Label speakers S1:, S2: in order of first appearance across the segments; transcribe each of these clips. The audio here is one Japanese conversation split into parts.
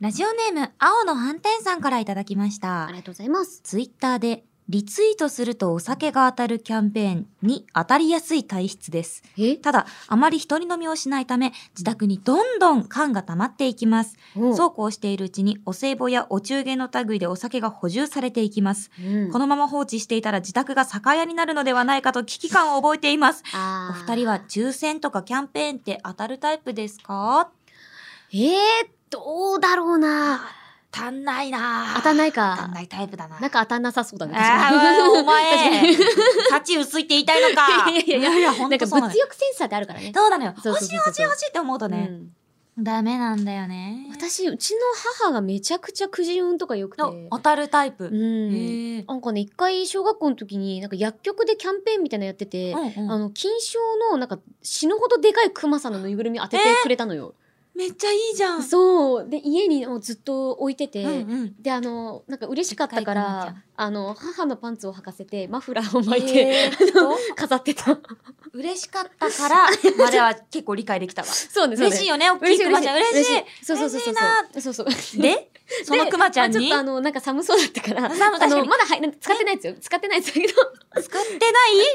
S1: ラジオネーム、青の反転さんからいただきました
S2: あ。りがとうございます。
S1: ツイッターで、リツイートするとお酒が当たるキャンペーンに当たりやすい体質です。
S2: え
S1: ただ、あまり一人飲みをしないため、自宅にどんどん缶が溜まっていきます。
S2: そ
S1: そうこうしているうちに、お歳暮やお中元の類でお酒が補充されていきます。
S2: う。うん
S1: このまま放置していたら自宅が酒屋になるのではないかと危機感を覚えています。お
S2: あー
S1: 二人は抽選とかキャンペーンって当たるタイプですか
S2: ええどうだろうな。
S1: 当たんないな
S2: 当たん
S1: い。
S2: ない
S1: 当たん
S2: か。
S1: ないタイプだな。
S2: なんか当たんなさそうだね。
S1: あ
S2: 確かに
S1: ーお前
S2: 確かに、
S1: 幸薄いって言いたいのか。
S2: いやいやいや
S1: ほん
S2: なんか
S1: とそうな
S2: 物
S1: のよ
S2: 欲センサーであるからね。
S1: そうなのよ。
S2: そう
S1: 欲
S2: そうそう
S1: しい
S2: そう
S1: 欲しい欲しいって思うと
S2: う
S1: ね、
S2: ん
S1: ダメなんだよね。
S2: 私、うちの母がめちゃくちゃくじ運とかよくて。
S1: の当たるタイプ。
S2: うん。
S1: へー
S2: なんかね、一回小学校の時に、なんか薬局でキャンペーンみたいなのやってて、
S1: うんう
S2: あ
S1: ん
S2: の、金賞の、なんか、死ぬほどでかいクマさんのぬいぐるみ当ててくれたのよ。
S1: めっちゃいいじゃん。
S2: そう。で、家にもうずっと置いてて、
S1: うんうん
S2: で、あの、なんか嬉しかったか
S1: でっかいクマち
S2: ら、あの、母のパンツを履かせて、マフラーを巻いて、
S1: えーっと、
S2: 飾ってた。
S1: 嬉しかった から、までは結構理解できたわ。
S2: そうね、そうね。
S1: 嬉しいよね、大きいクマちゃん。嬉し
S2: そうそうそうそう。そうそう。
S1: い。 で、そのクマちゃん
S2: でまあ
S1: に
S2: ちょっとあの、なんか寒そうだった から、
S1: 寒い確
S2: あ
S1: かに
S2: の、まだはい、なんか使ってないですよ。使ってないですけど、
S1: 使ってな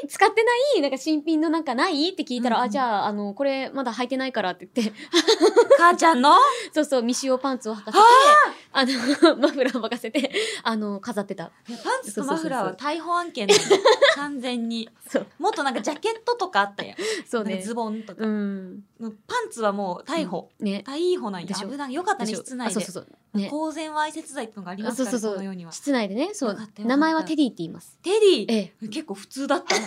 S1: い
S2: 使ってない、なんか新品のなんかないって聞いたら、
S1: うんうん
S2: あ、じゃあ、あの、これまだ履いてないからって言って、
S1: 母ちゃんの
S2: そうそう、未使用パンツを履かせて、あの、 マフラーを履かせて、あの、飾ってた。
S1: いやパンツとマフラーは逮捕案件なの完全に
S2: そう
S1: もっとなんかジャケットとかあったやん
S2: そう
S1: なん
S2: ね
S1: か。ズボンとか、
S2: うん。
S1: パンツはもう逮捕、
S2: ね。
S1: 逮捕なんや
S2: でしょ
S1: 危ないよかったね
S2: でしょ
S1: 室内
S2: あそ
S1: で
S2: うそうそう。ね。
S1: 公然わいせつ罪ってのがありますから
S2: そうそうそう
S1: この世には
S2: 室内でね、そ
S1: よかったよ
S2: う
S1: か。った
S2: 名前はテディって言います。
S1: テディ
S2: え
S1: 結構普通だったな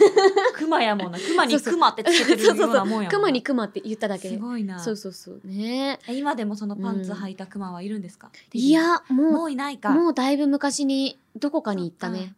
S1: クマやもんなクマに
S2: そうそう
S1: クマってつけてるようなもんやもん
S2: え。
S1: な
S2: クマにクマって言っただけ
S1: す
S2: で。
S1: ごいな
S2: そうそうそう。ね
S1: え今でもそのパンツ履いたクマはいるんですか、テディ
S2: いや、も
S1: も
S2: う、
S1: ういないか
S2: もうだいぶ昔に、どこかに行ったね。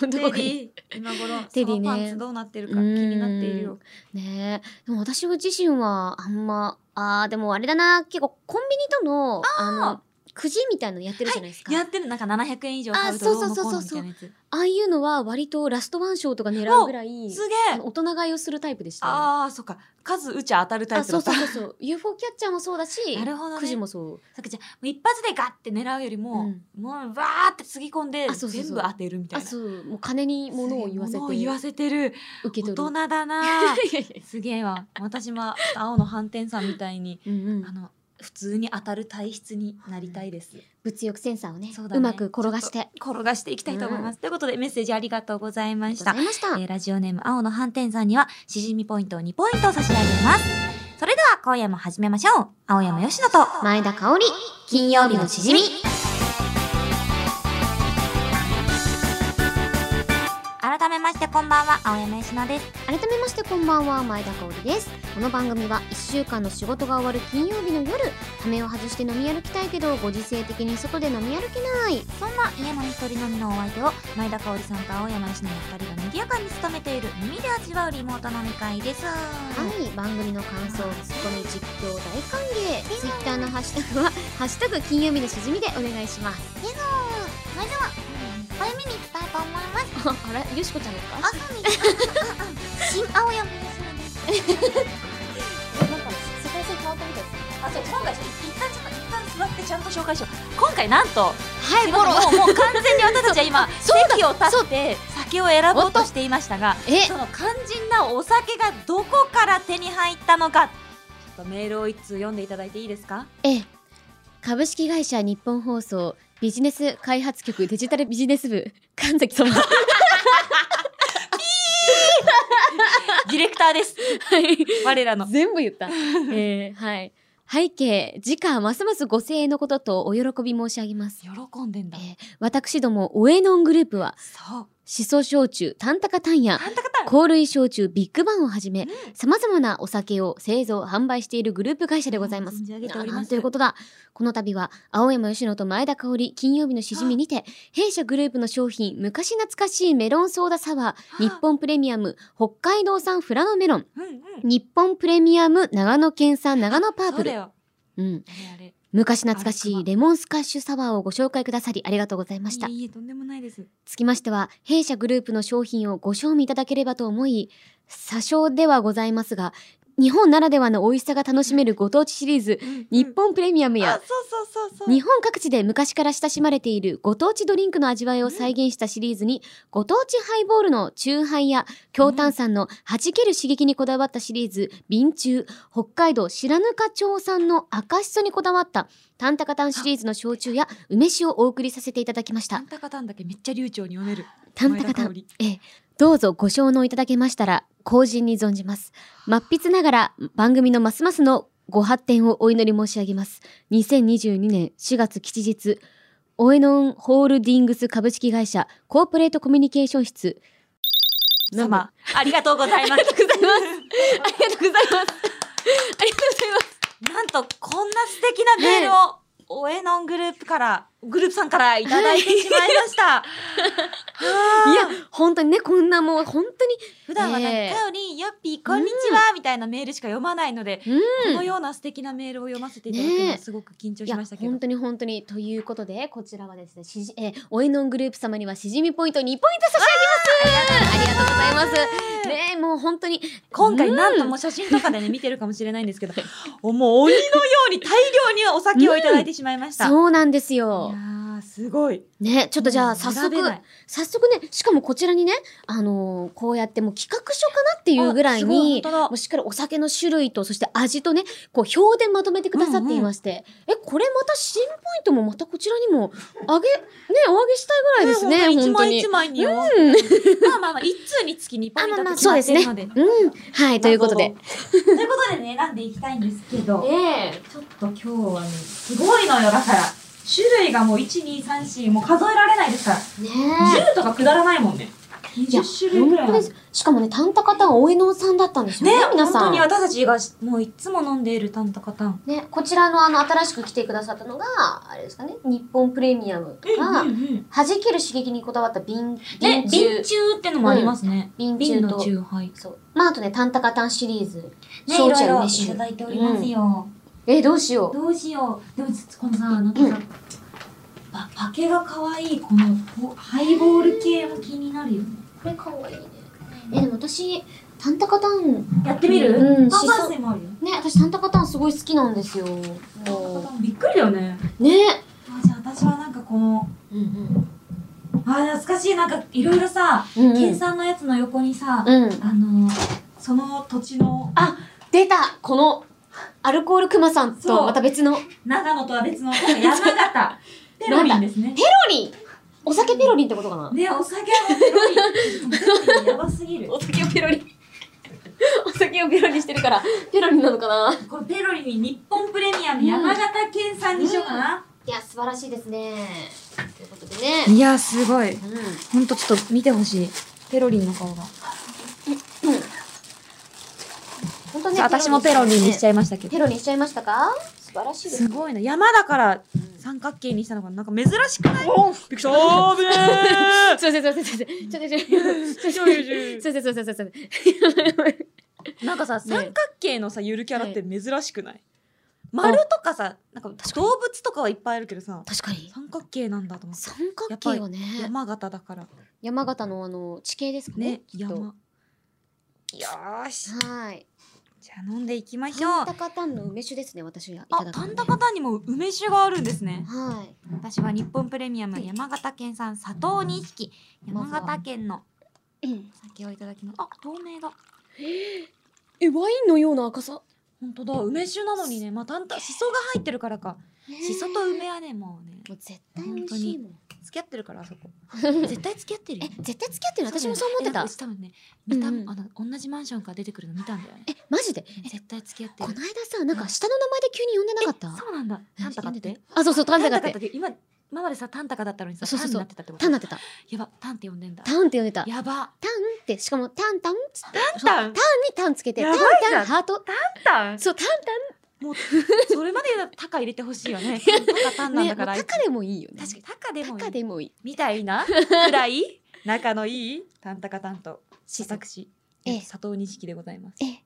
S1: テ
S2: ど
S1: デ
S2: こかに。
S1: ィ今頃
S2: テディ
S1: その
S2: ね
S1: パンツどうなってるか気になっているよ
S2: ねえ。でも私自身は、あんま、あーでもあれだな、結構コンビニとの、あの、くじみたいなのやってるじゃないですか。
S1: やってるなんか700円以上
S2: あ
S1: 買うとどうのこうのみたいなやつ
S2: ああいうのは割とラストワン賞とか狙うぐらい、
S1: すげ
S2: あ
S1: え
S2: の大人買いをするタイプでしたね。
S1: ああそっか数打ちゃ当たるタイ
S2: あ
S1: プだ
S2: そう
S1: った
S2: そう
S1: そ
S2: そうそう。UFO キャッチャーもそうだし、
S1: なるほどね
S2: くじもそう。
S1: っかじゃあもう一発でガッて狙うよりも、もうバーってつぎ込んで
S2: あそうそうそう
S1: 全部当てるみたい
S2: あ、
S1: な
S2: そう。もう金に物を言わせて、
S1: 物を言わせてる
S2: 受け
S1: 大
S2: 取
S1: 人
S2: る。
S1: だな
S2: いやいやい
S1: すげえわ私も青の反転さんみたいに
S2: やうんうん
S1: あの普通に当たる体質になりたいです
S2: 物欲センサーをね
S1: そう
S2: う
S1: だね
S2: まく転がして。あ
S1: 転がしていきたいと思います、ということでメッセージありがとうございま
S2: り
S1: し
S2: が
S1: た
S2: とうございました。
S1: えーラジオネーム青の反転さんにはしじみポイントを2ポイントを差し上げますそれでは今夜も始めましょう青山佳乃と
S2: 前田香織、金曜日のしじみ。
S1: 改めましてこんばんは青山佳乃です
S2: 改めましてこんばんは、前田香織です。この番組は1週間の仕事が終わる金曜日の夜、ためを外して飲み歩きたいけど、ご時世的に外で飲み歩けない。
S1: そんな家の一人飲みのお相手を前田香織さんと青山佳乃の2人が賑やかに務めている耳で味わうリモート飲み会です
S2: はい、番組の感想、ツッコミ、実況大歓迎。ツイッターのハッシュタグは、 ハッシュタグ金曜日のしじみでお願いします。
S1: それでは1杯目に行きたいと思います
S2: ああれ、よしこちゃんですか
S1: 朝に新青山佳乃です
S2: なんか、世界線変わったみたいです。
S1: あじゃあ今回ちょっと一旦ちょっと一旦座ってちゃんと紹介しよう今回なんと
S2: はい、ボロ。
S1: もうもう完全に私たちは 今席を立
S2: そ
S1: っ
S2: う
S1: て酒を選ぼうとしていましたが
S2: え
S1: その肝心なお酒がどこから手に入ったのかちょっとメールを一通読んでいただいていいですか
S2: ええ株式会社日本放送ビジネス開発局デジタルビジネス部神崎様は
S1: ディレクターです
S2: い
S1: 我らの
S2: 全部言った、えー、はい背景時価ますますご声援のこととお喜び申し上げます
S1: 喜んでんだ
S2: えー私どもオエノングループは
S1: そう
S2: シソ焼酎タンタカタンや
S1: あんた方
S2: 香類焼酎ビッグバンをはじめ
S1: ん
S2: さまざまなお酒を製造販売しているグループ会社でございます
S1: 存じ上げております
S2: なんということだ。この度は、青山吉野と前田香織、金曜日のしじみにて、弊社グループの商品、昔懐かしいメロンソーダサワー、日本プレミアム、北海道産フラノメロン、
S1: うんうん
S2: 日本プレミアム、長野県産長野パー
S1: そう
S2: プ
S1: だ
S2: ル。
S1: よ
S2: うん。
S1: あれあれ
S2: 昔懐か
S1: あれ
S2: し
S1: 熊
S2: いレモンスカッシュサワーをご紹介くださり、ありがとうございました
S1: い。えいえとんでもないです
S2: つきましては、弊社グループの商品をご賞味いただければと思い、詐称ではございますが、日本ならではの美味しさが楽しめるご当地シリーズ、日本プレミアム
S1: あ
S2: や、
S1: そうそうそうそう
S2: 日本各地で昔から親しまれているご当地ドリンクの味わいを再現したシリーズに、ご当地ハイボールの中ハイや、京丹産の弾ける刺激にこだわったシリーズ、瓶中、北海道白糠町産の赤しそにこだわった、タンタカタンシリーズの焼酎や梅酒をお送りさせていただきまし
S1: タ
S2: た
S1: ン。タカタンだけめっちゃ流暢に読める
S2: タンタ
S1: 前
S2: カタ
S1: 田香
S2: ン
S1: 織、
S2: ええ、どうぞご承納いただけましたら、後人に存じます。抹筆ながら番組のますますのご発展をお祈り申し上げます。2022年4月吉日、オエノンホールディングス株式会社コーポレートコミュニケーション室。
S1: 様ありがとうございます
S2: ありがとうございます。ありがとうございます。ありがとうございます。
S1: なんとこんな素敵なメールをおえのんグループからグループさんからいただいてしまいま した、はいい
S2: や、本当にね、こんなもう本当に、
S1: 普段はなんか、
S2: ねえ
S1: かよりん、よっぴー、こんにちは、みたいなメールしか読まないので、この
S2: い
S1: ような素敵なメールを読ませていただくの
S2: ね
S1: は
S2: え
S1: すごく緊張し
S2: や
S1: ましたけど。
S2: 本当に本当にということでこちらはですねしじえーおえのんグループ様にはしじみポイント2ポイント差し上げますありがとうございます
S1: ね
S2: ねえもう本当に
S1: 今回なんと
S2: うん
S1: もう写真とかでね見てるかもしれないんですけど、もう鬼のように大量にお酒をいただいてしまいました。いや
S2: そうなんですよ
S1: ーすごい。
S2: ねちょっとじゃ
S1: も
S2: あ
S1: う
S2: 早
S1: 選べ
S2: 速
S1: ない
S2: 早速ねしかもこちらにねあのーこうやってもう企画書かなっていうぐらい
S1: あすご
S2: に
S1: い本当だ
S2: もうしっかりお酒の種類とそして味とねこう表でまとめてくださっていまして、えこれまた新ポイントもまたこちらにもあげねお上げしたいぐらいですね、
S1: 一
S2: 本当
S1: 枚
S2: に
S1: 一。枚によ。ま
S2: うん
S1: あまあまあ一通につき二ポイント
S2: あまあまあ
S1: って決まってるので。
S2: うん、はい、ということで
S1: な。るほど。ということでね選んでいきたいんですけど。
S2: え
S1: ちょっと今日はね、すごいのよ、だから。種類がもう1、2、3、4、もう数えられないですから。
S2: ね
S1: 10とかくだらないもんね。
S2: いや
S1: 20種類
S2: 本
S1: くらいあ
S2: 当
S1: る。
S2: です。しかもね、タンタカタン、おえのんさんだったんですよ
S1: ね
S2: ね、、皆
S1: 本
S2: さ
S1: 当
S2: ん
S1: に。私たちがもういつも飲んでいるタンタカタン。
S2: ね、こちらのあの、新しく来てくださったのが、あれですかね、日本プレミアムとか、
S1: ん。
S2: 弾ける刺激にこだわった瓶、
S1: ね
S2: 瓶、
S1: 瓶
S2: 中、
S1: 中ってのもありますね。
S2: 瓶
S1: 瓶
S2: 中
S1: の
S2: と、
S1: 中杯。ね、
S2: そう。まあ、あとね、タンタカタンシリーズ、
S1: いろい
S2: や
S1: ろ
S2: 梅
S1: い
S2: 酒
S1: ただいておりますよ。
S2: え、どうしよう。
S1: どうしよう。でも、このさ、なんかさ、パパケが可愛い、このこうハイボール系も気になるよね。
S2: これかわいいね。え、でも私、タンタカタン、
S1: やってみる
S2: うん
S1: 炭
S2: し
S1: 酸
S2: そ
S1: 水もあるよ。
S2: ね、私タンタカタンすごい好きなんですよ。も
S1: びっくりだよね。
S2: うね。
S1: あじゃあ私はなんかこの、
S2: うんうん。
S1: あー懐かしい、なんかいろいろさ、
S2: うんうん
S1: 県産のやつの横にさ、
S2: うん。
S1: あのー、その土地の、
S2: 出たこのアルコールクマさん
S1: そ
S2: と
S1: う
S2: また別のペ
S1: 長野とは別の、山 形、ペロリンですね。
S2: ロリンお酒ペロリンってことかな
S1: ね、お酒はペロリン。 ペロリンやばすぎる。
S2: お酒をペロリンお酒をペロリンしてるからペロリンなのかな
S1: これペロリンに日本プレミアム山形県産にしようかな。
S2: いや素晴らしいですねということでね
S1: いや、すごい。
S2: うん
S1: ほんとちょっと見てほしい。ペロリンの顔が。
S2: 本当ね
S1: 私もペロリンにしち
S2: ゃ
S1: ゃいましたけど
S2: ペ。ロリンしちゃいましたか素晴らしいです
S1: すごいな。山だから三角形にしたのがなんか珍しくないおびっくりした。おーべー
S2: すいませんすいませんすいませんちょっとちょっとちょっと すいませんすいませんすいませんすいません
S1: なんかさ、
S2: ね
S1: 三角形のさ、ゆるキャラって珍しくない丸とかさ、なんか動物とかはいっぱいあるけどさ、
S2: 確かに
S1: 三角形なんだと思って。
S2: 三角形はね
S1: 山形だから。
S2: 山形のあの地形ですかね
S1: ね、
S2: きっと
S1: 山。よーし。
S2: はい
S1: じゃあ飲んでいきましょう
S2: タン。タカタンの梅酒ですね、私がいた
S1: あ、
S2: だく
S1: タ
S2: のね
S1: ンタカタンにも梅酒があるんですね。
S2: はい。
S1: 私は日本プレミアム山形県産佐藤錦山形県のお酒をいただきます。あ、透明だ。
S2: え、ワインのような赤さ。
S1: 本当だ梅酒なのにねまあたんたしそが入ってるからかしそと梅はねもうね
S2: もう絶対美味しいもん。
S1: 付き合ってるからあそ こ
S2: え、
S1: 絶対付き合ってるよ
S2: 絶対付き合ってる私もそう思ってた
S1: えなんかうち。多分ね見た、
S2: うんうん
S1: あの同じマンションから出てくるの見たんだよね
S2: え、マジでえ、
S1: 絶対付き合って
S2: この
S1: る
S2: 間さ、なんか下の名前で急に呼んでなかっ
S1: え
S2: た
S1: そうなんだタンタカっ
S2: 呼ん
S1: て
S2: でたあ、そうそう、タンタカっ
S1: タン
S2: て。
S1: って今今までさタンタカだったのにさ
S2: そうそうそ
S1: タンにな
S2: う
S1: ってたってこと
S2: タンなってた。
S1: やばタンって呼んでんだ
S2: タンって呼んでた。タンっ
S1: やば
S2: て、しかもタンタンっつって。
S1: タンタン
S2: タンにタンつけて、
S1: や
S2: タ
S1: ば
S2: ン
S1: いじゃん
S2: タンハート。
S1: タン
S2: そう、タン
S1: もうそれまでタカ入れてほしい よねタンタカタン
S2: タ
S1: なん
S2: ン。
S1: だ
S2: ね、も
S1: か
S2: う
S1: ら、
S2: タカでもいいよね。
S1: 確かにタカでもい
S2: タカ
S1: い
S2: でもいい。
S1: みたいなくらい 仲のいいタンタカタンと
S2: しそ
S1: 私、
S2: ええ
S1: 佐藤錦でございます。
S2: え、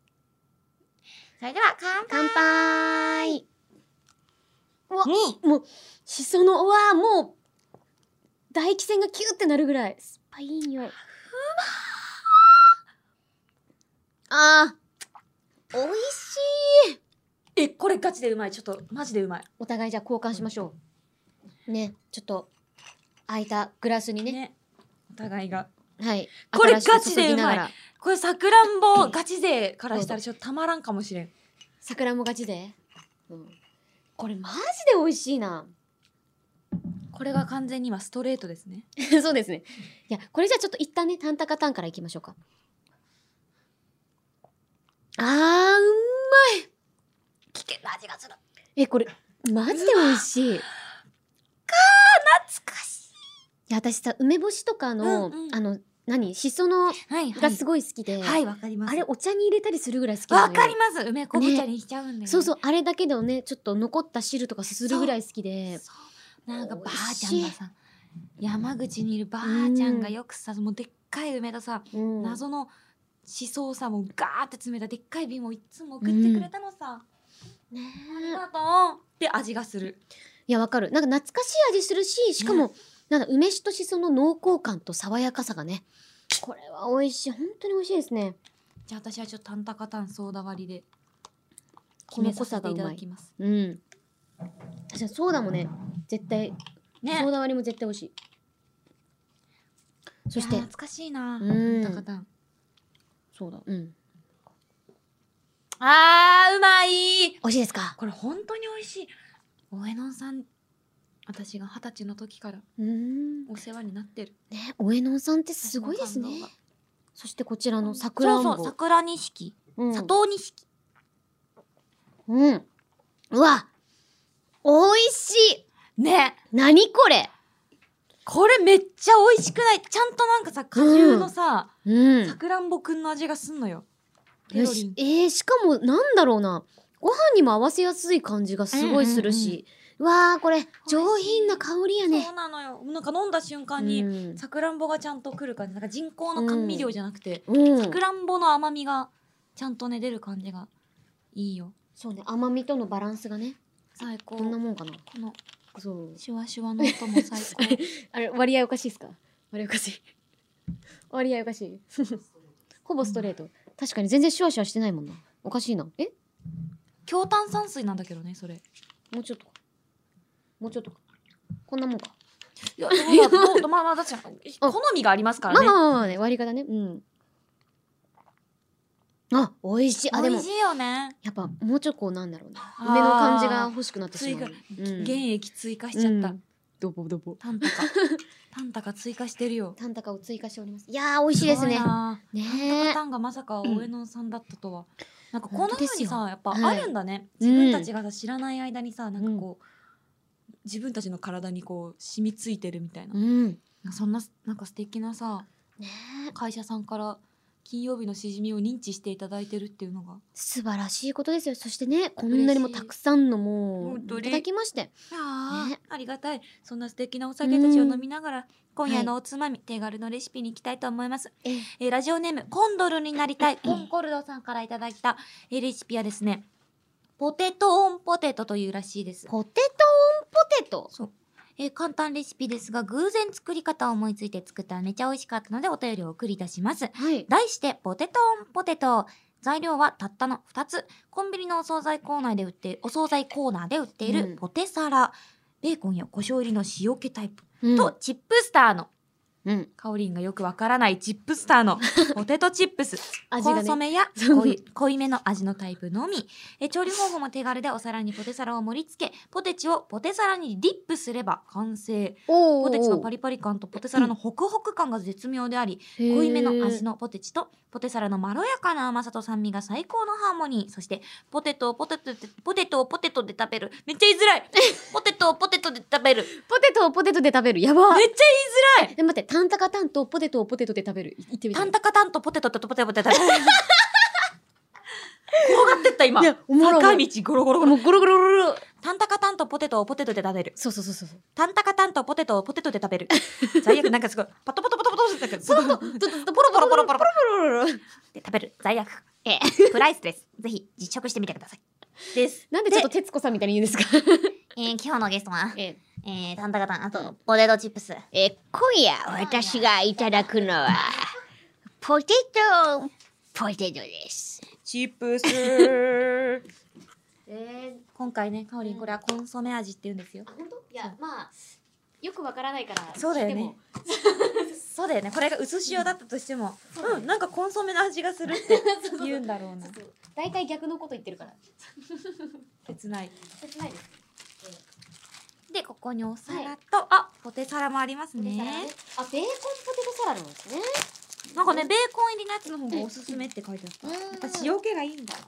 S1: それでは乾杯
S2: 乾杯もうしそのうわーもう唾液腺がキューってなるぐらい酸っぱいいい匂いあー美味しい
S1: え、これガチでうまい。ちょっと、マジでうまい。
S2: お互いじゃあ交換しましょうねちょっと空いたグラスにね
S1: ね。お互いが。
S2: はい
S1: これ
S2: 新しく注ぎながら
S1: これ、さくらんぼガチ勢からしたらちょっとたまらんかもしれん。
S2: 桜もがちで、うん、これマジで美味しいな
S1: これが完全に今ストレートですね。
S2: そうですねいやこれじゃあちょっと一旦ねタンタカタンからいきましょうかあーうん
S1: 危険な味がする。
S2: えこれマジで美味しいい
S1: 懐かし
S2: や私さ梅干しとかの、
S1: うんうん
S2: あの何しその
S1: い。はい、は
S2: が
S1: い
S2: す。ごい好きで、
S1: はい、わかります。
S2: あれお茶に入れたりするぐらい好きな
S1: わ
S2: のよ
S1: かります。梅昆布茶にしちゃうんだよね。
S2: そうそうあれだけでもねちょっと残った汁とかすするぐらい好きで
S1: そうなんかばあちゃんがさ山口にいるばあちゃんがよくさ、もうでっかい梅とさ、
S2: うん
S1: 謎の思想さもうガーって詰めたでっかい瓶をいつも送ってくれたのさ、
S2: ね
S1: あり
S2: え
S1: がとうって味がする
S2: いやわかるなんか懐かしい味するししかも、なんだ梅酒としその濃厚感と爽やかさがねこれは美味しい本当に美味しいですね
S1: じゃあ私はちょっとタンタカタンソーダ割りで決
S2: この
S1: めさ
S2: 濃さ
S1: せ
S2: が
S1: て
S2: う
S1: いた
S2: ま
S1: だ
S2: い
S1: きます
S2: うん確かにソーダもね絶対、
S1: ね
S2: ソーダ割りも絶対美味しいそし
S1: い
S2: て
S1: や懐かしいな、
S2: うん
S1: タンタカタン
S2: そうだうん
S1: あーうまい
S2: 美味しいですか
S1: これ本当に美味しいおえのんさん私が二十歳の時から
S2: うんね
S1: お世話になってる
S2: おえのんさんってすごいです
S1: 私の
S2: ね
S1: 感動が
S2: そしてこちらの桜んぼ
S1: そうそう桜錦
S2: うん
S1: 砂糖錦
S2: うん。うわ、美味しい。
S1: ね
S2: 何これ。
S1: これめっちゃ美味しくないちゃんとなんかさ果汁のさ、
S2: う
S1: さ。くらんぼくんの味がすんのよペ
S2: よ
S1: ロリ
S2: し
S1: ン、
S2: えー、しかもなんだろうな。ご飯にも合わせやすい感じがすごいするし。わあ、これ上品な香りやね
S1: そう。なのよなんか飲んだ瞬間
S2: う
S1: に
S2: ん。
S1: さくらんぼがちゃんとくる感じなんか人工の甘味料じゃなくて
S2: うん
S1: さくらんぼの甘みがちゃんとね出る感じがいいよ
S2: そうね、甘みとのバランスがね。
S1: 最高
S2: こんなもんかな。
S1: この
S2: そう。
S1: シュワシュワの音 も最高
S2: あれ割合おかしいですか？割合おかしい。割合おかし い。ほぼストレート。確かに全然シュワシュワしてないもんな。おかしいな。え？
S1: 強炭酸水なんだけどねそれい
S2: もうちょっとか。もうちょっとか。こんなもんか。
S1: や どうだどうだまあまあ確かに好みがありますから
S2: まあ
S1: ね
S2: まあまあまあね、割り方ね。うん。あ、美味しい。あ、で
S1: 美
S2: も
S1: 味し、いよね
S2: やっぱもうちょっとこうなんだろうな。
S1: あー
S2: 梅の感じが欲しくなってし
S1: 追加
S2: まう。うん
S1: 原液追加しちゃった、
S2: うんどぼどぼ。
S1: タンタカタンタカ追加してるよ
S2: タンタカを追加しております。いやー、美味しいです
S1: ご
S2: ね。
S1: な
S2: ねえ。
S1: タンがまさか大江野さんだったとは、なんかこんな風にさやっぱ
S2: は
S1: あ
S2: い
S1: るんだね、
S2: うん
S1: 自分たちがさ知らない間にさなんかこう、自分たちの体にこう染みついてるみたいな、
S2: うん。ね
S1: そんななんか素敵なさ
S2: え。
S1: 会社さんから金曜日のしじみを認知していただいてるっていうのが
S2: 素晴らしいことですよ。そしてね、こんなにもたくさんのもう、
S1: 本当
S2: い
S1: に
S2: ただきまして。
S1: あ,、
S2: ね
S1: ありがたいそんな素敵なお酒たちを飲みながら、今
S2: は
S1: 夜
S2: い
S1: のおつまみ、手軽のレシピに行きたいと思います
S2: ええ
S1: えーラジオネームコンドルになりた いコンコルドさんからいただいたえーレシピはですねポテトオンポテトというらしいです、
S2: ポテトオンポテト。
S1: えー簡単レシピですが偶然作り方を思いついて作ったらめちゃ美味しかったのでお便りを送り出します
S2: はい。
S1: 題してポテトオンポテト材料はたったの2つコンビニのお惣菜コーナーで売ってお惣菜コーナーで売ってい
S2: うん
S1: るポテサラ、ベーコンや胡椒入りの塩気タイプ
S2: うん
S1: と、チップスターの
S2: うん。
S1: カオリンがよくわからないチップスター のポテトチップス
S2: 味
S1: コ
S2: が
S1: ンソ
S2: ね。
S1: メや
S2: そう
S1: 濃い濃いめの味のタイプのみえ調理方法も手軽でお皿にポテサラを盛り付けポテチをポテサラにディップすれば完成
S2: お
S1: ポテチのパ
S2: リ
S1: リパリ感とポテサラのホクホク感が絶妙であり
S2: 濃
S1: 濃いめの味のポテチとポテサラのまろやかな甘さと酸味が最高のハーモニーそしてポテトをポテトでポテトをポテトで食べるめっちゃ言いづ らいポテトをポテトで食べるめっち
S2: ポテトをポテトで食べる。やば
S1: ゃ。言いづらい
S2: え、待って、タンタカタンとポテトをポテトで食べる。い言ってみて。
S1: タンタカタンとポテトとポテトで 食べる転がってった今
S2: いやおもろい
S1: 坂道ゴロゴロゴロ
S2: もうゴロゴロゴロゴロ。
S1: タンタカタンとポテトをポテトで食べる
S2: そうそうそうそうそう。
S1: タンタカタンとポテトをポテトで食べる罪悪なんかすごいパトパトパトパトってなんかすごい
S2: ちょっと
S1: ポロポロポロポロポロ
S2: ロロロロ。
S1: で食べる罪悪
S2: ええ、
S1: プライスですぜひ実食してみてくださいです
S2: なんでちょっと徹子さんみたいに言うんですか。
S1: えー、今日のゲストは、
S2: え、
S1: えー、タンタカタン、あと、ポテトチップス。
S2: え、今夜私がいただくのは。ポテト、ポテトです。
S1: チップス
S2: え
S1: 今回ね、かおりんこれはコンソメ味って言うんですよ
S2: ー、。本当いや、まあ、よくわからないから、
S1: そうだよね
S2: 聞いても。
S1: そうだよね、これが薄塩だったとしても、うん、なんかコンソメの味がする って言うんだろうな
S2: そう。そう大体逆のこと言ってるから。
S1: 切ない。
S2: 切ないです。
S1: で、ここにお
S2: は
S1: 皿と、あ、ポテサラもあります
S2: ポテサラ
S1: ね
S2: ね。あ、ベーコンポテトサラダなんですね。
S1: なんかね、ベーコン入りのやつの方がおすすめって書いてあった。
S2: うん
S1: やっぱ塩気がいいんだ。さ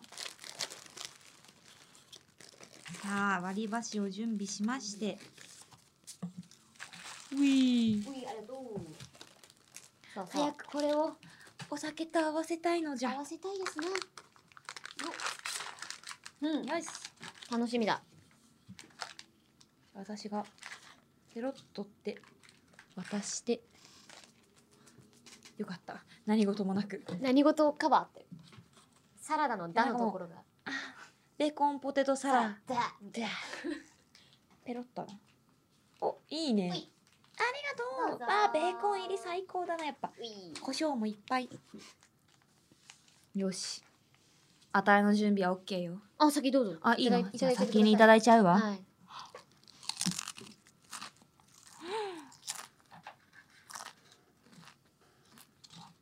S1: あ、割り箸を準備しまして。うい
S2: おい、ありがとう。さあさあ
S1: 早くこれをお酒と合わせたいのじ
S2: 合
S1: ゃ。
S2: わせたいですね。
S1: うん、よし。
S2: 楽しみだ。
S1: 私がペロッと取って渡してよかった何事もなく
S2: 何事かはって。サラダのダのところが。
S1: ベーコンポテトサラ
S2: ダ。
S1: ダペロッとなおいいね
S2: ほ
S1: あ
S2: い
S1: り
S2: ど
S1: がと
S2: うぞ
S1: うあーベーコン入り最高だなやっぱ
S2: うい
S1: 胡椒もいっぱいよしあたいの準備は OK よ
S2: あ、先どうぞ。
S1: あいいの
S2: ただ
S1: じゃあ
S2: ただ
S1: 先にいただいちゃうわ、
S2: はい。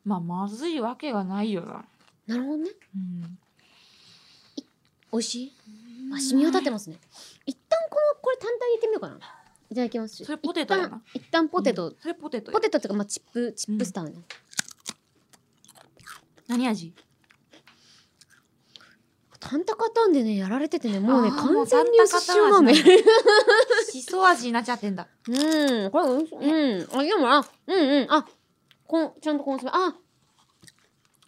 S1: まあまずいわけがないよな
S2: なるほどね。
S1: うん
S2: 美味しい。あ、染み渡ってますね。一旦この、これ単体でいってみようかな。いただきます。
S1: それポテトだな
S2: 一旦。一旦ポテト。
S1: うんそれポテトよ
S2: ポテトっていうか、まあ、チップ、チップスターね。
S1: 何 味
S2: タンタカタンでね、やられててね、もうね、
S1: あー
S2: 完全に薄塩なの
S1: もう
S2: よ。
S1: しそ味になっちゃってんだ。
S2: うん、これ美味しい、うん、あ、でも、あ、うんうん、あ、こん、ちゃんとコンソメ、あ、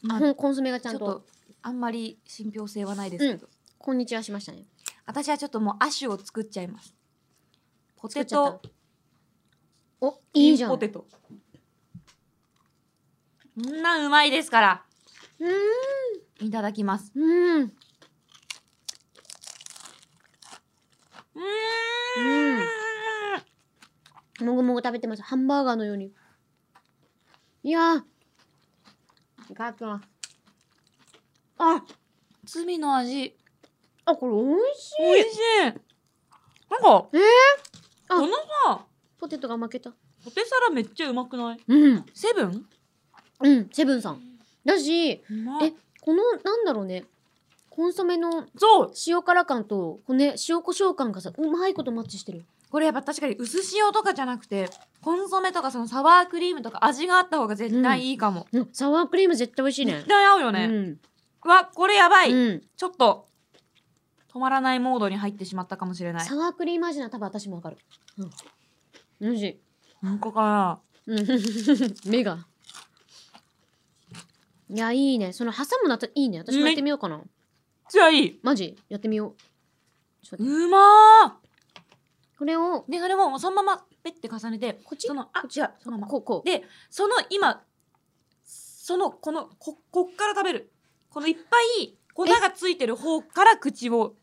S1: まあ、
S2: こんコンソメがち
S1: ち
S2: ゃ
S1: ょ
S2: ん
S1: っ
S2: と、
S1: とあんまり信憑性はないですけど、
S2: こんにちはしましたね。
S1: 私はちょっともうアシュを作っちゃいます。ポ
S2: 作っ
S1: テ
S2: ちゃっ
S1: ト
S2: た、お、いいじゃん。
S1: インポテト。こんなうまいですから、
S2: うん、
S1: いただきます。
S2: うん、うん、
S1: うーん。
S2: もぐもぐ食べてます。ハンバーガーのように。いやー、いただきます。あ、
S1: 罪の味、
S2: あ、これ美味しい。
S1: 美味しい。なんか、
S2: えーあ
S1: このさ、
S2: ポテトが負けた。
S1: ポテサラめっちゃうまくない
S2: うん、
S1: セブン
S2: うん、セブンさん。だし、
S1: うまい
S2: えこの、なんだろうね、コンソメの
S1: そう
S2: 塩辛感と、こね、塩コショウ感がさ、うまいことマッチしてる。
S1: これやっぱ確かに薄塩とかじゃなくてコンソメとかそのサワークリームとか味があった方が絶対いいかも、
S2: うん、サワークリーム絶対美味しいね
S1: 絶。対合うよ
S2: う
S1: ね、
S2: ん。
S1: うわこれやばい、
S2: うん。
S1: ちょっと止まらないモードに入ってしまったかもしれない
S2: サワークリーム味なら多分私もわかる。うん。美味しい。
S1: 本当かな
S2: うん。 目が。いや、いいね。その挟むのといいね。私もやってみようかな。
S1: じゃあいい
S2: マジやってみよう。ちょっと待って
S1: うまー
S2: これを、
S1: でそれももうそのままペッて重ねて
S2: こっち
S1: そのあ違うそのまま
S2: こう、こう。
S1: でその今そのこのここっから食べるこのいっぱい粉がついてる方から口を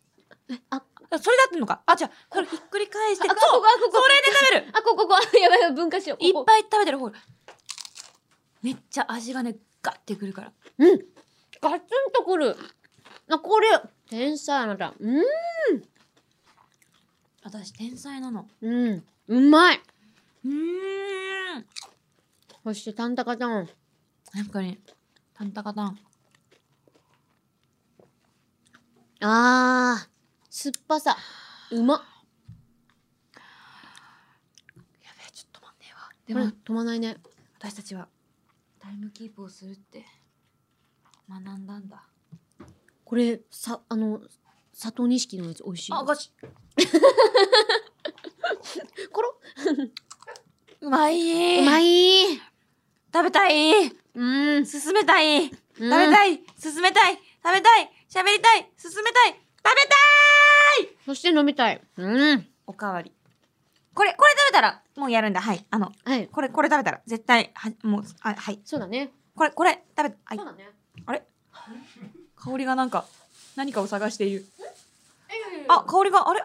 S2: あ、あ、こ
S1: あそれだってんのかあじゃあこれひっくり返して
S2: こ、
S1: そ
S2: あ
S1: う
S2: ここ、あこ
S1: そ
S2: こ。
S1: れで食べる
S2: あ、ここ、ここ。やばいやばい、分解しよう。
S1: いっ
S2: ここ
S1: ぱい食べてる方めっちゃ味がねガッてくるから
S2: うん。ガツンとくる。あ、これ。天才あなた。うん。
S1: 私天才なの
S2: うん。うまい。
S1: うーん
S2: そしてタンタカタン。
S1: なんかねタンタカタン
S2: あー。酸っぱさ。うまっ。
S1: やべえちょっと待って
S2: で
S1: よで
S2: も
S1: も
S2: 止まないね。
S1: 私たちはタイムキープをするって学んだんだ
S2: これ、さ、あの、佐藤錦のやつ美味しい。
S1: あごし
S2: ころ
S1: うまいう
S2: まい。
S1: 食べたい
S2: うん。食
S1: 進めたい食
S2: べ
S1: べたい進めたい食べたい喋りたい進めたい食べたい
S2: そして飲みたい。うん。
S1: おかわりこれこれ食べたらもうやるんだはいあの
S2: はい。
S1: これこれ食べたら絶対はもうあはい
S2: そうだね。
S1: これこれ食べはい
S2: そうだね。
S1: 香りがなんか何かを探しているあ香りがあれえ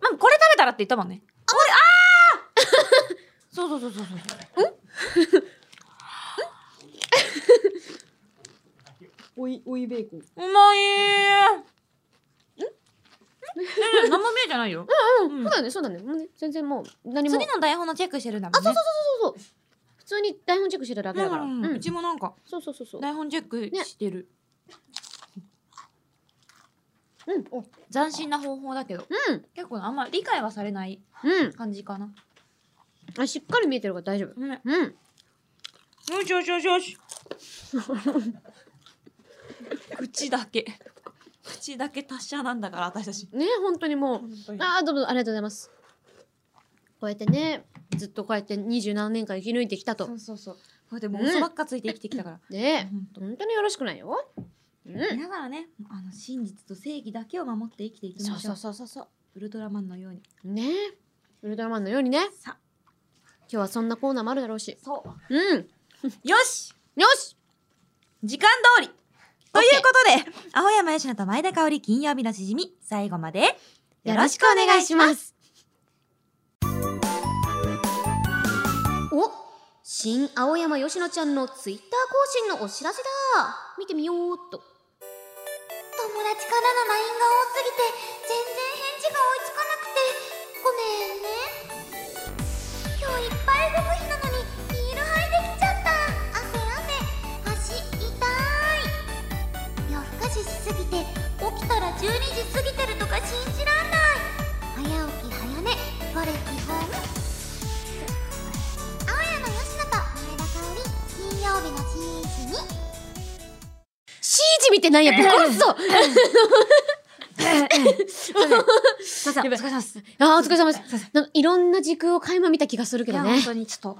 S1: まあこれ食べたらって言ったもんねこれあーそうそうそうそうそう
S2: おい、おいベーコン。
S1: うまいーんえ何も見えてないよ。
S2: うん、そうだね、そうだね。もうね全然もう、何も。
S1: 次の台本のチェックしてるんだもんね。
S2: そうそうそう。普通に台本チェックしてるだけだから。う
S1: うんうんうんち。もなんか
S2: そうそうそうそう。
S1: 台本チェックしてる。
S2: うん。お
S1: 斬新な方法だけど、
S2: うん。
S1: 結構あんま理解はされない
S2: うん
S1: 感じかな。
S2: あ。しっかり見えてるから大丈夫。
S1: ね、
S2: うん。
S1: よしよしよしよし。 口だけ。口だけ達者なんだから、私たち。
S2: ね、本当にもう。ああ、どうもありがとうございます。こうやってね、ずっとこうやって二十何年間生き抜いてきたと
S1: そ。うそうそう。こうやってもう嘘ばっかついて生きてきたから。
S2: ね、
S1: 本当
S2: 本当によろしくないよ。うん。
S1: だからね、あの真実と正義だけを守って生きていき
S2: そ
S1: ま
S2: う
S1: しょ
S2: そう
S1: う。
S2: そうそうそう。
S1: ウルトラマンのように。
S2: ねウルトラマンのようにね。
S1: さ、
S2: 今日はそんなコーナーもあるだろうし。
S1: そ
S2: うん。
S1: う。よし
S2: よし
S1: 時間通りということで、青山佳乃と前田香織金曜日のしじみ、最後まで
S2: よろしくお願いします。お新青山佳乃ちゃんのツイッター更新のお知らせだ見てみようっと。
S3: 友達からの LINE が多すぎて全然返事が追いつかなくてごめんね今日いっぱい動く日なのにヒール履いてきちゃった汗汗足痛い夜更かししすぎて起きたら12時過ぎてるとか信じらんない早起き早寝我基本青山よしと前田香織金曜日のしーしに
S2: シージ見てないや、ぶっ殺すぞ
S1: す。 お疲れ様です。
S2: あー、お疲れ様です。なんかいろんな時空を垣間見た気がするけど
S1: いや
S2: ね
S1: 本。当にちょっと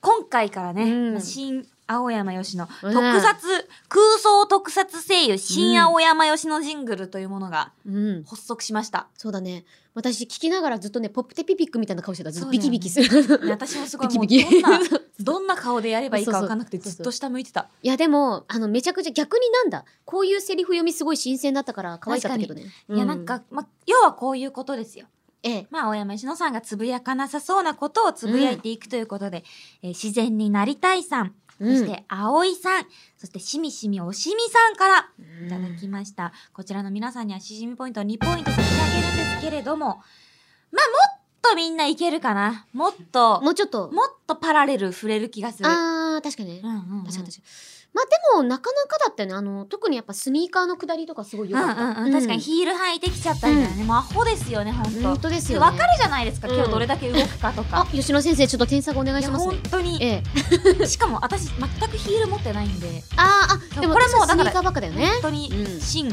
S1: 今回からね、
S2: うん
S1: 新青山よしの
S2: うん
S1: 特撮、空想特撮声優新青山よしのジングルというものが
S2: うん。
S1: 発足しました、
S2: そうだね。私聞きながらずっとね、ポップテピピックみたいな顔してた。ずっ
S1: そ
S2: と
S1: うだ
S2: ビ
S1: よね
S2: キビキする。
S1: ね私もすごいもう
S2: ビキビキ
S1: どんなどんな顔でやればいいか分かんなくて
S2: そうそう
S1: ずっと下向いてた
S2: いやでも、あの、めちゃくちゃ逆になんだ。こういうセリフ読みすごい新鮮だったから可愛かったけどね。
S1: いやなん、か、ま、要はこういうことですよ
S2: ええ。
S1: まあ青山よしのさんがつぶやかなさそうなことをつぶやいていくということで、えー自然になりたいさんそ
S2: うん
S1: して葵さん、そしてしみしみおしみさんから
S2: い
S1: いただきました、こちらの皆さんにはしじみポイントを2ポイント差し上げるんですけれどもまあもっとみんないけるかなもっと
S2: もうちょっと。
S1: もっとパラレル触れる気がする
S2: あー、確かにね。
S1: うんうんうん
S2: 確かに確かに。まあでも、なかなかだったよね。あの、特にやっぱスニーカーの下りとかすごい良
S1: うん
S2: かった。
S1: うんうん、確かにヒール履いてきちゃったみたいなね、もうアホですよねほん
S2: 本
S1: と
S2: 当です
S1: で
S2: よ、
S1: わ、
S2: ね。
S1: かるじゃないですか
S2: うん
S1: 今日どれだけ動くかと
S2: あ
S1: か、、
S2: 吉野先生、ちょっと添削お願い
S1: い
S2: し
S1: や
S2: ます
S1: 本
S2: ね。
S1: 当に、
S2: え え。
S1: しかも私全くヒール持ってないんで
S2: あー、あ、でも
S1: これ
S2: これ
S1: もう
S2: も
S1: だ
S2: ス
S1: か
S2: ニ
S1: ら
S2: ーカーばっかだよね
S1: 本。当に
S2: うん
S1: 真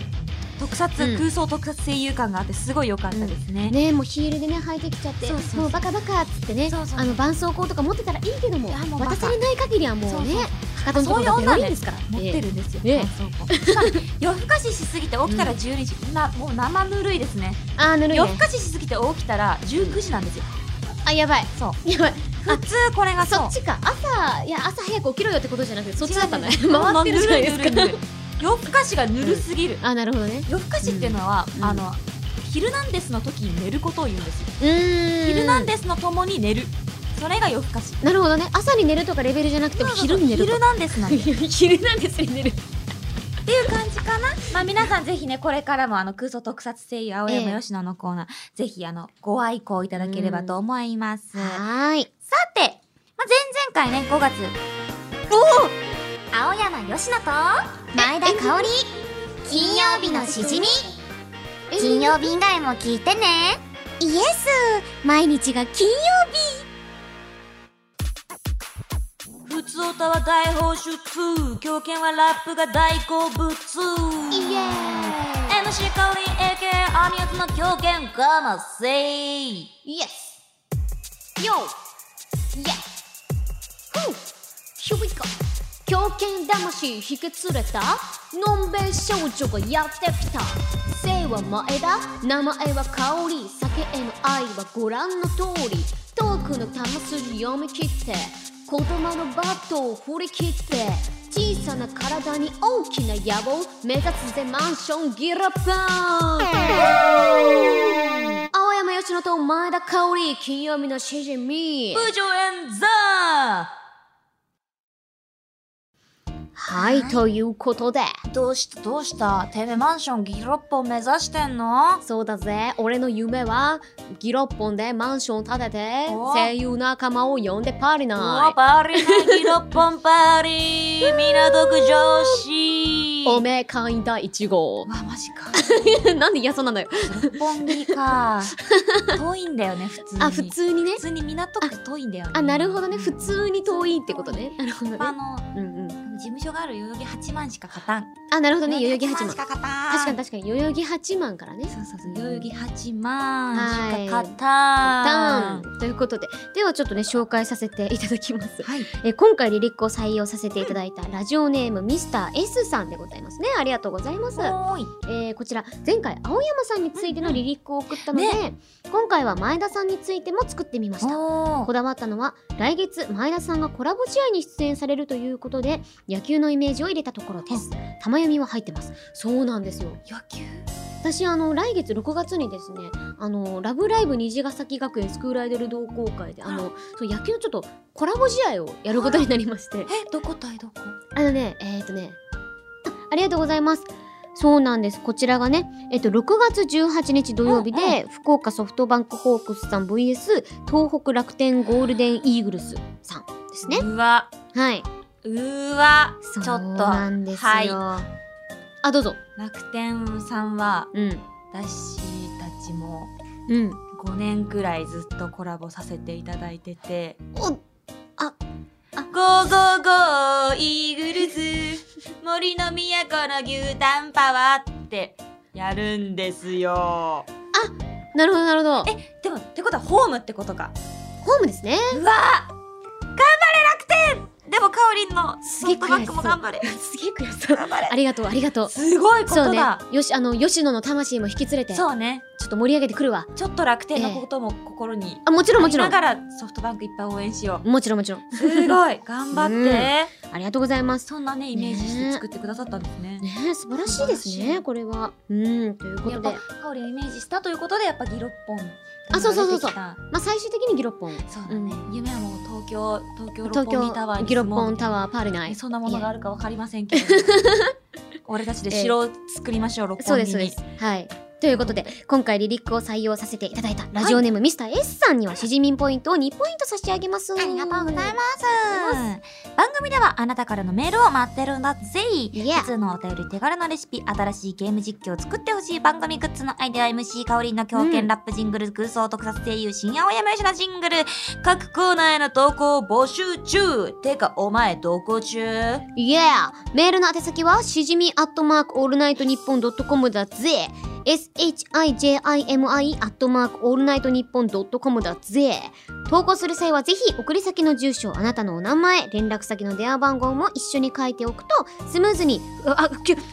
S1: 特撮、
S2: うん
S1: 空想特撮声優感があってすごい良かったですね、
S2: ねもうヒールでね履いてきちゃって
S1: そうそうそう
S2: もうバカバカっつってね
S1: そうそう
S2: あの絆創膏とか持ってたらいいけども
S1: いやもうバカ
S2: 渡されない限りはもう
S1: そう
S2: ね
S1: そう
S2: かかとのと
S1: そう
S2: こ
S1: いう
S2: ろ
S1: 女
S2: が
S1: ね
S2: いいんですから
S1: 持ってるんですよ、
S2: ええ
S1: そうこうしかも夜更かししすぎて起きたら12時、なもう生ぬるいですね
S2: あーぬるいね
S1: 夜更かししすぎて起きたら19時なんですよ
S2: あやばい
S1: そう
S2: やばい
S1: 普通これが
S2: そ
S1: そう
S2: っちか朝いや朝早く起きろよってことじゃなくてそっちだったね
S1: 違う
S2: 回ってるじゃないです
S1: ぬるぬるぬ
S2: か
S1: る夜更かしがぬるすぎる、
S2: あーなるほどね
S1: 夜更かしっていうのは、
S2: うん
S1: あの「ヒルナンデス」の時に寝ることを言うんですよ
S2: うー
S1: 「
S2: ん
S1: ヒルナンデス」のともに寝るそれが夜更かし
S2: なるほどね朝に寝るとかレベルじゃなくても昼に寝る
S1: ヒ
S2: と
S1: ル
S2: か
S1: ナンデスなんです
S2: 昼なんですに寝る
S1: っていう感じかな。まあ皆さんぜひね、これからもあの空想特撮声優青山よしののコーナー、ぜひあの、ご愛顧いただければと思います。さ
S2: はーい
S1: て、まあ、前々回ね、5月、
S3: 青山佳乃と前田香織金曜日のしじみ金曜日以外も聞いてねイエス毎日が金曜
S1: 普通歌は大放出、狂犬はラップが大好物。
S3: イエ
S1: MC 香り AK アミューズの狂犬ガマセイ
S3: ーイイエスヨーイエスフー Here we go
S2: 狂犬魂引き連れたのんべい少女がやってきた姓は前田名前は香り酒への愛はご覧の通りトークの玉筋読み切って子供のバットを振り切って小さな体に大きな野望目指すぜマンションギラパン青山佳乃と前田香織金曜日のしじみ
S1: ブジョエンザー
S2: はい、ということで。
S1: どうしたどうしたてめえマンションギロッポン目指してんの
S2: そうだぜ。俺の夢は、ギロッポンでマンションを建てて、
S1: お
S2: 声優仲間を呼んでパーリ
S1: う
S2: ナ
S1: わパリのギロッポンパリ港区女子
S2: イ。おめえ会員第1 号
S1: う。わマジか
S2: なんで嫌そうなんだよ。
S1: 六本木 か遠いんだよね普通に
S2: あ、普通にね
S1: 普。通に港区遠いんだよね
S2: あ、なるほどね。普通に遠いってことね。なるほど
S1: あ
S2: ね。
S1: の
S2: うんうん。
S1: 事務所がある代々木八幡しか勝たん
S2: あ、なるほどね。代々木八
S1: し
S2: 幡。
S1: か勝たん
S2: 確かに確かに。代々木八幡からね。
S1: そうそうそう代々木八幡
S2: はい
S1: しか勝
S2: ダ
S1: たん
S2: ンということで、ではちょっとね、紹介させていただきます。
S1: はい
S2: えー今回リリックを採用させていただいたラジオネームミスター S さんでございますねありがとうございます、
S1: おーい
S2: えーこちら前回青山さんについてのリリックを送ったので、今回は前田さんについても作ってみました
S1: お
S2: こ
S1: ー
S2: だわったのは来月前田さんがコラボ試合に出演されるということで野球のイメージを入れたところです玉読みは入ってますそうなんですよ
S1: 野球
S2: 私あの来月6月にですね「あのラブライブ虹ヶ崎学園スクールアイドル同好会で」あのそう野球のちょっとコラボ試合をやることになりまして
S1: えどこ対どこ
S2: あのね、えっ、とね、あありがとうございます。そうなんです。こちらがね、えっ、と、6月18日土曜日で、
S1: うん
S2: 福岡ソフトバンクホークスさん VS 東北楽天ゴールデンイーグルスさんですね。
S1: うわ
S2: はい。
S1: うわちょっと
S2: そうなんですよ。
S1: はい
S2: あ、どうぞ。
S1: 楽天さんは
S2: うん。
S1: 私たちも
S2: うん。
S1: 5年くらいずっとコラボさせていただいてて
S2: お
S1: 「ゴーゴーゴーイーグル ス森の都の牛タンパワー」ってやるんですよ
S2: なるほど、なるほど。
S1: でもってことはホームってことか
S2: ホームですね。
S1: うわ頑張れ楽天でもかおりんの
S2: すげえ
S1: ソフトバンクも頑 張れ
S2: すげえ悔しそう。
S1: 頑張れ
S2: ありがとう、ありがとう。
S1: すごいこ
S2: そう
S1: と
S2: ね
S1: だ。
S2: よし、あの、吉野の魂も引き連れて、ちょ
S1: そうね
S2: っと盛り上げてくるわ。
S1: ちょっと楽天のことも心に、
S2: あ、もちろん、もちろ
S1: だ
S2: ん。
S1: からソフトバンクいっぱい応援しよ
S2: もちろん、もちろん。
S1: うすごい頑張って、
S2: ありがとうございます。
S1: そんなねイメージして作ってくださったんですね
S2: ねえ素晴らしいです
S1: 素晴らし
S2: ね
S1: い
S2: これは。うんというこ
S1: や
S2: と
S1: っ
S2: で
S1: ぱ香りをイメージしたということでやっぱギロッポン
S2: あそうそうそうそう
S1: が出てき
S2: まあ、最終的にギロッポン
S1: たそうだね、
S2: う
S1: 夢はもう東京東京
S2: 東
S1: 六本木タワー
S2: 京
S1: に
S2: ギロ
S1: 住
S2: ッ
S1: も
S2: ポ
S1: う
S2: ン
S1: みたい
S2: タ
S1: な
S2: ワーパールナイ
S1: えそんなものがあるかわかりませんけ ど俺たちで
S2: ええ
S1: 城を作りましょう六
S2: そう
S1: 本木
S2: で
S1: に
S2: すそうです。はいということで今回リリックを採用させていただいたラジオネーム、ミスター S さんにはしじみんポイントを2ポイント差し上げます。
S1: ありがとうござい
S2: す。
S1: ます。番組ではあなたからのメールを待ってるんだぜ。
S2: イエー
S1: 普通のお便り手軽なレシピ、新しいゲーム実況を作ってほしい番組グッズのアイデア MC 香りの狂
S2: うん
S1: 犬ラップジングル、空想特撮声優、深夜おやめしのジングル、各コーナーへの投稿を募集中てか、お前どこ中
S2: イエーメールの宛先はしじみアットマークオールナイトニッポンドットコムだぜ SHIJIMI アットマークオールナイトニッポンドットコムだぜ投稿する際はぜひ送り先の住所あなたのお名前連絡先の電話番号も一緒に書いておくとスムーズにうあきゅフル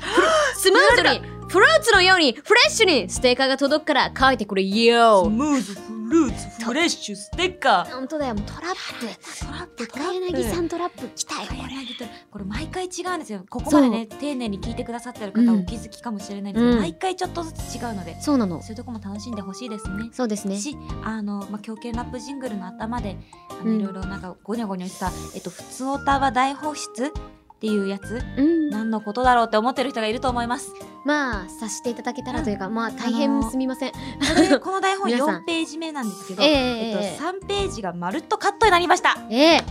S2: スムーズにフルーツのようにフレッシュにステッカーが届くから書いてくれよ
S1: ムーズ、フルーツ、フレッシュ、ステッカ
S2: 本当だよもうトラップ
S1: ー。トラップ、トラ
S2: 高
S1: ッ
S2: 柳
S1: プ。
S2: さんトラップ来たよ
S1: 高
S2: これ
S1: 柳さんこれ毎回違うんですよ。ここまでね、丁寧に聞いてくださってる方
S2: う
S1: は
S2: ん
S1: お気づきかもしれないですけど、
S2: うん
S1: 毎回ちょっとずつ違うので、
S2: そうなの
S1: そういうとこも楽しんでほしいですね。
S2: そうですね
S1: し、あの、まあ、狂犬ラップジングルの頭で、あの、
S2: うん
S1: いろいろなんか、ごにょごにょした、えっと、普通オタは大放出っていうやつ、
S2: うん
S1: 何のことだろうって思ってる人がいると思い ます。
S2: まあさしていただけたらというか、まあ大
S1: あ
S2: 変
S1: のー
S2: すみません。
S1: これこの台本
S2: 皆さん
S1: 4ページ目なんですけど、
S2: ええ
S1: えっと、
S2: ええ
S1: 3ページがまるっとカットになりました。す
S2: ええ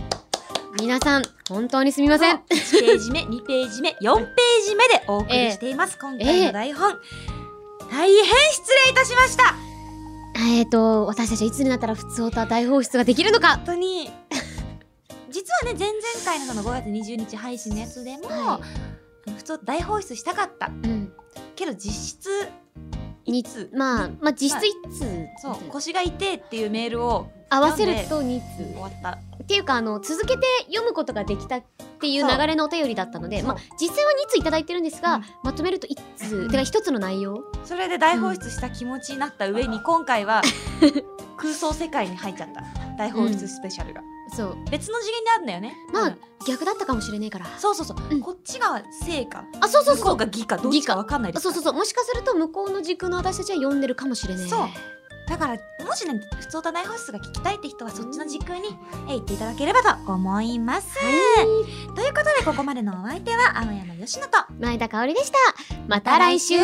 S2: 皆さん本当にすみません。
S1: 1ページ目、2ページ目、4ページ目でお送りしています。今回の台本、大変失礼いたしました。
S2: えっと私たちはいつになったら普通オタ大放出ができるのか。
S1: 本当 に実はね前々回のその5月20日配信のやつでも、
S2: は
S1: あの普通大放出したかった
S2: うん。
S1: けど実質
S2: に
S1: いつ
S2: まあまあ実質
S1: はい
S2: 一通
S1: そう腰が痛いっていうメールを
S2: 合わせると二通
S1: 終わった
S2: っていうかあの続けて読むことができたっていう
S1: そう
S2: 流れのお便りだったので、
S1: そう
S2: まあ実際は二通いただいてるんですが、
S1: うん
S2: まとめると一通、
S1: うん
S2: てか一つの内容。
S1: それで大放出した気持ちになった上に、今回 は空想世界に入っちゃった大放出スペシャルが、
S2: そう
S1: 別の次元であるんだよね
S2: ま
S1: う
S2: あ
S1: ん
S2: 逆だったかもしれないから。
S1: そうそうそう、
S2: うん
S1: こっちが正か
S2: あそうそう
S1: 向
S2: そ
S1: こ
S2: う
S1: う。が義かどっちか分かんないで
S2: そう
S1: すか
S2: そうそうもしかすると向こうの軸の私たちは読んでるかもしれない
S1: そうだからもしね普通と大放出が聞きたいって人はそっちの時空にえ行っていただければと思います、ということでここまでのお相手は青山佳乃と
S2: 前田香織でした。また来週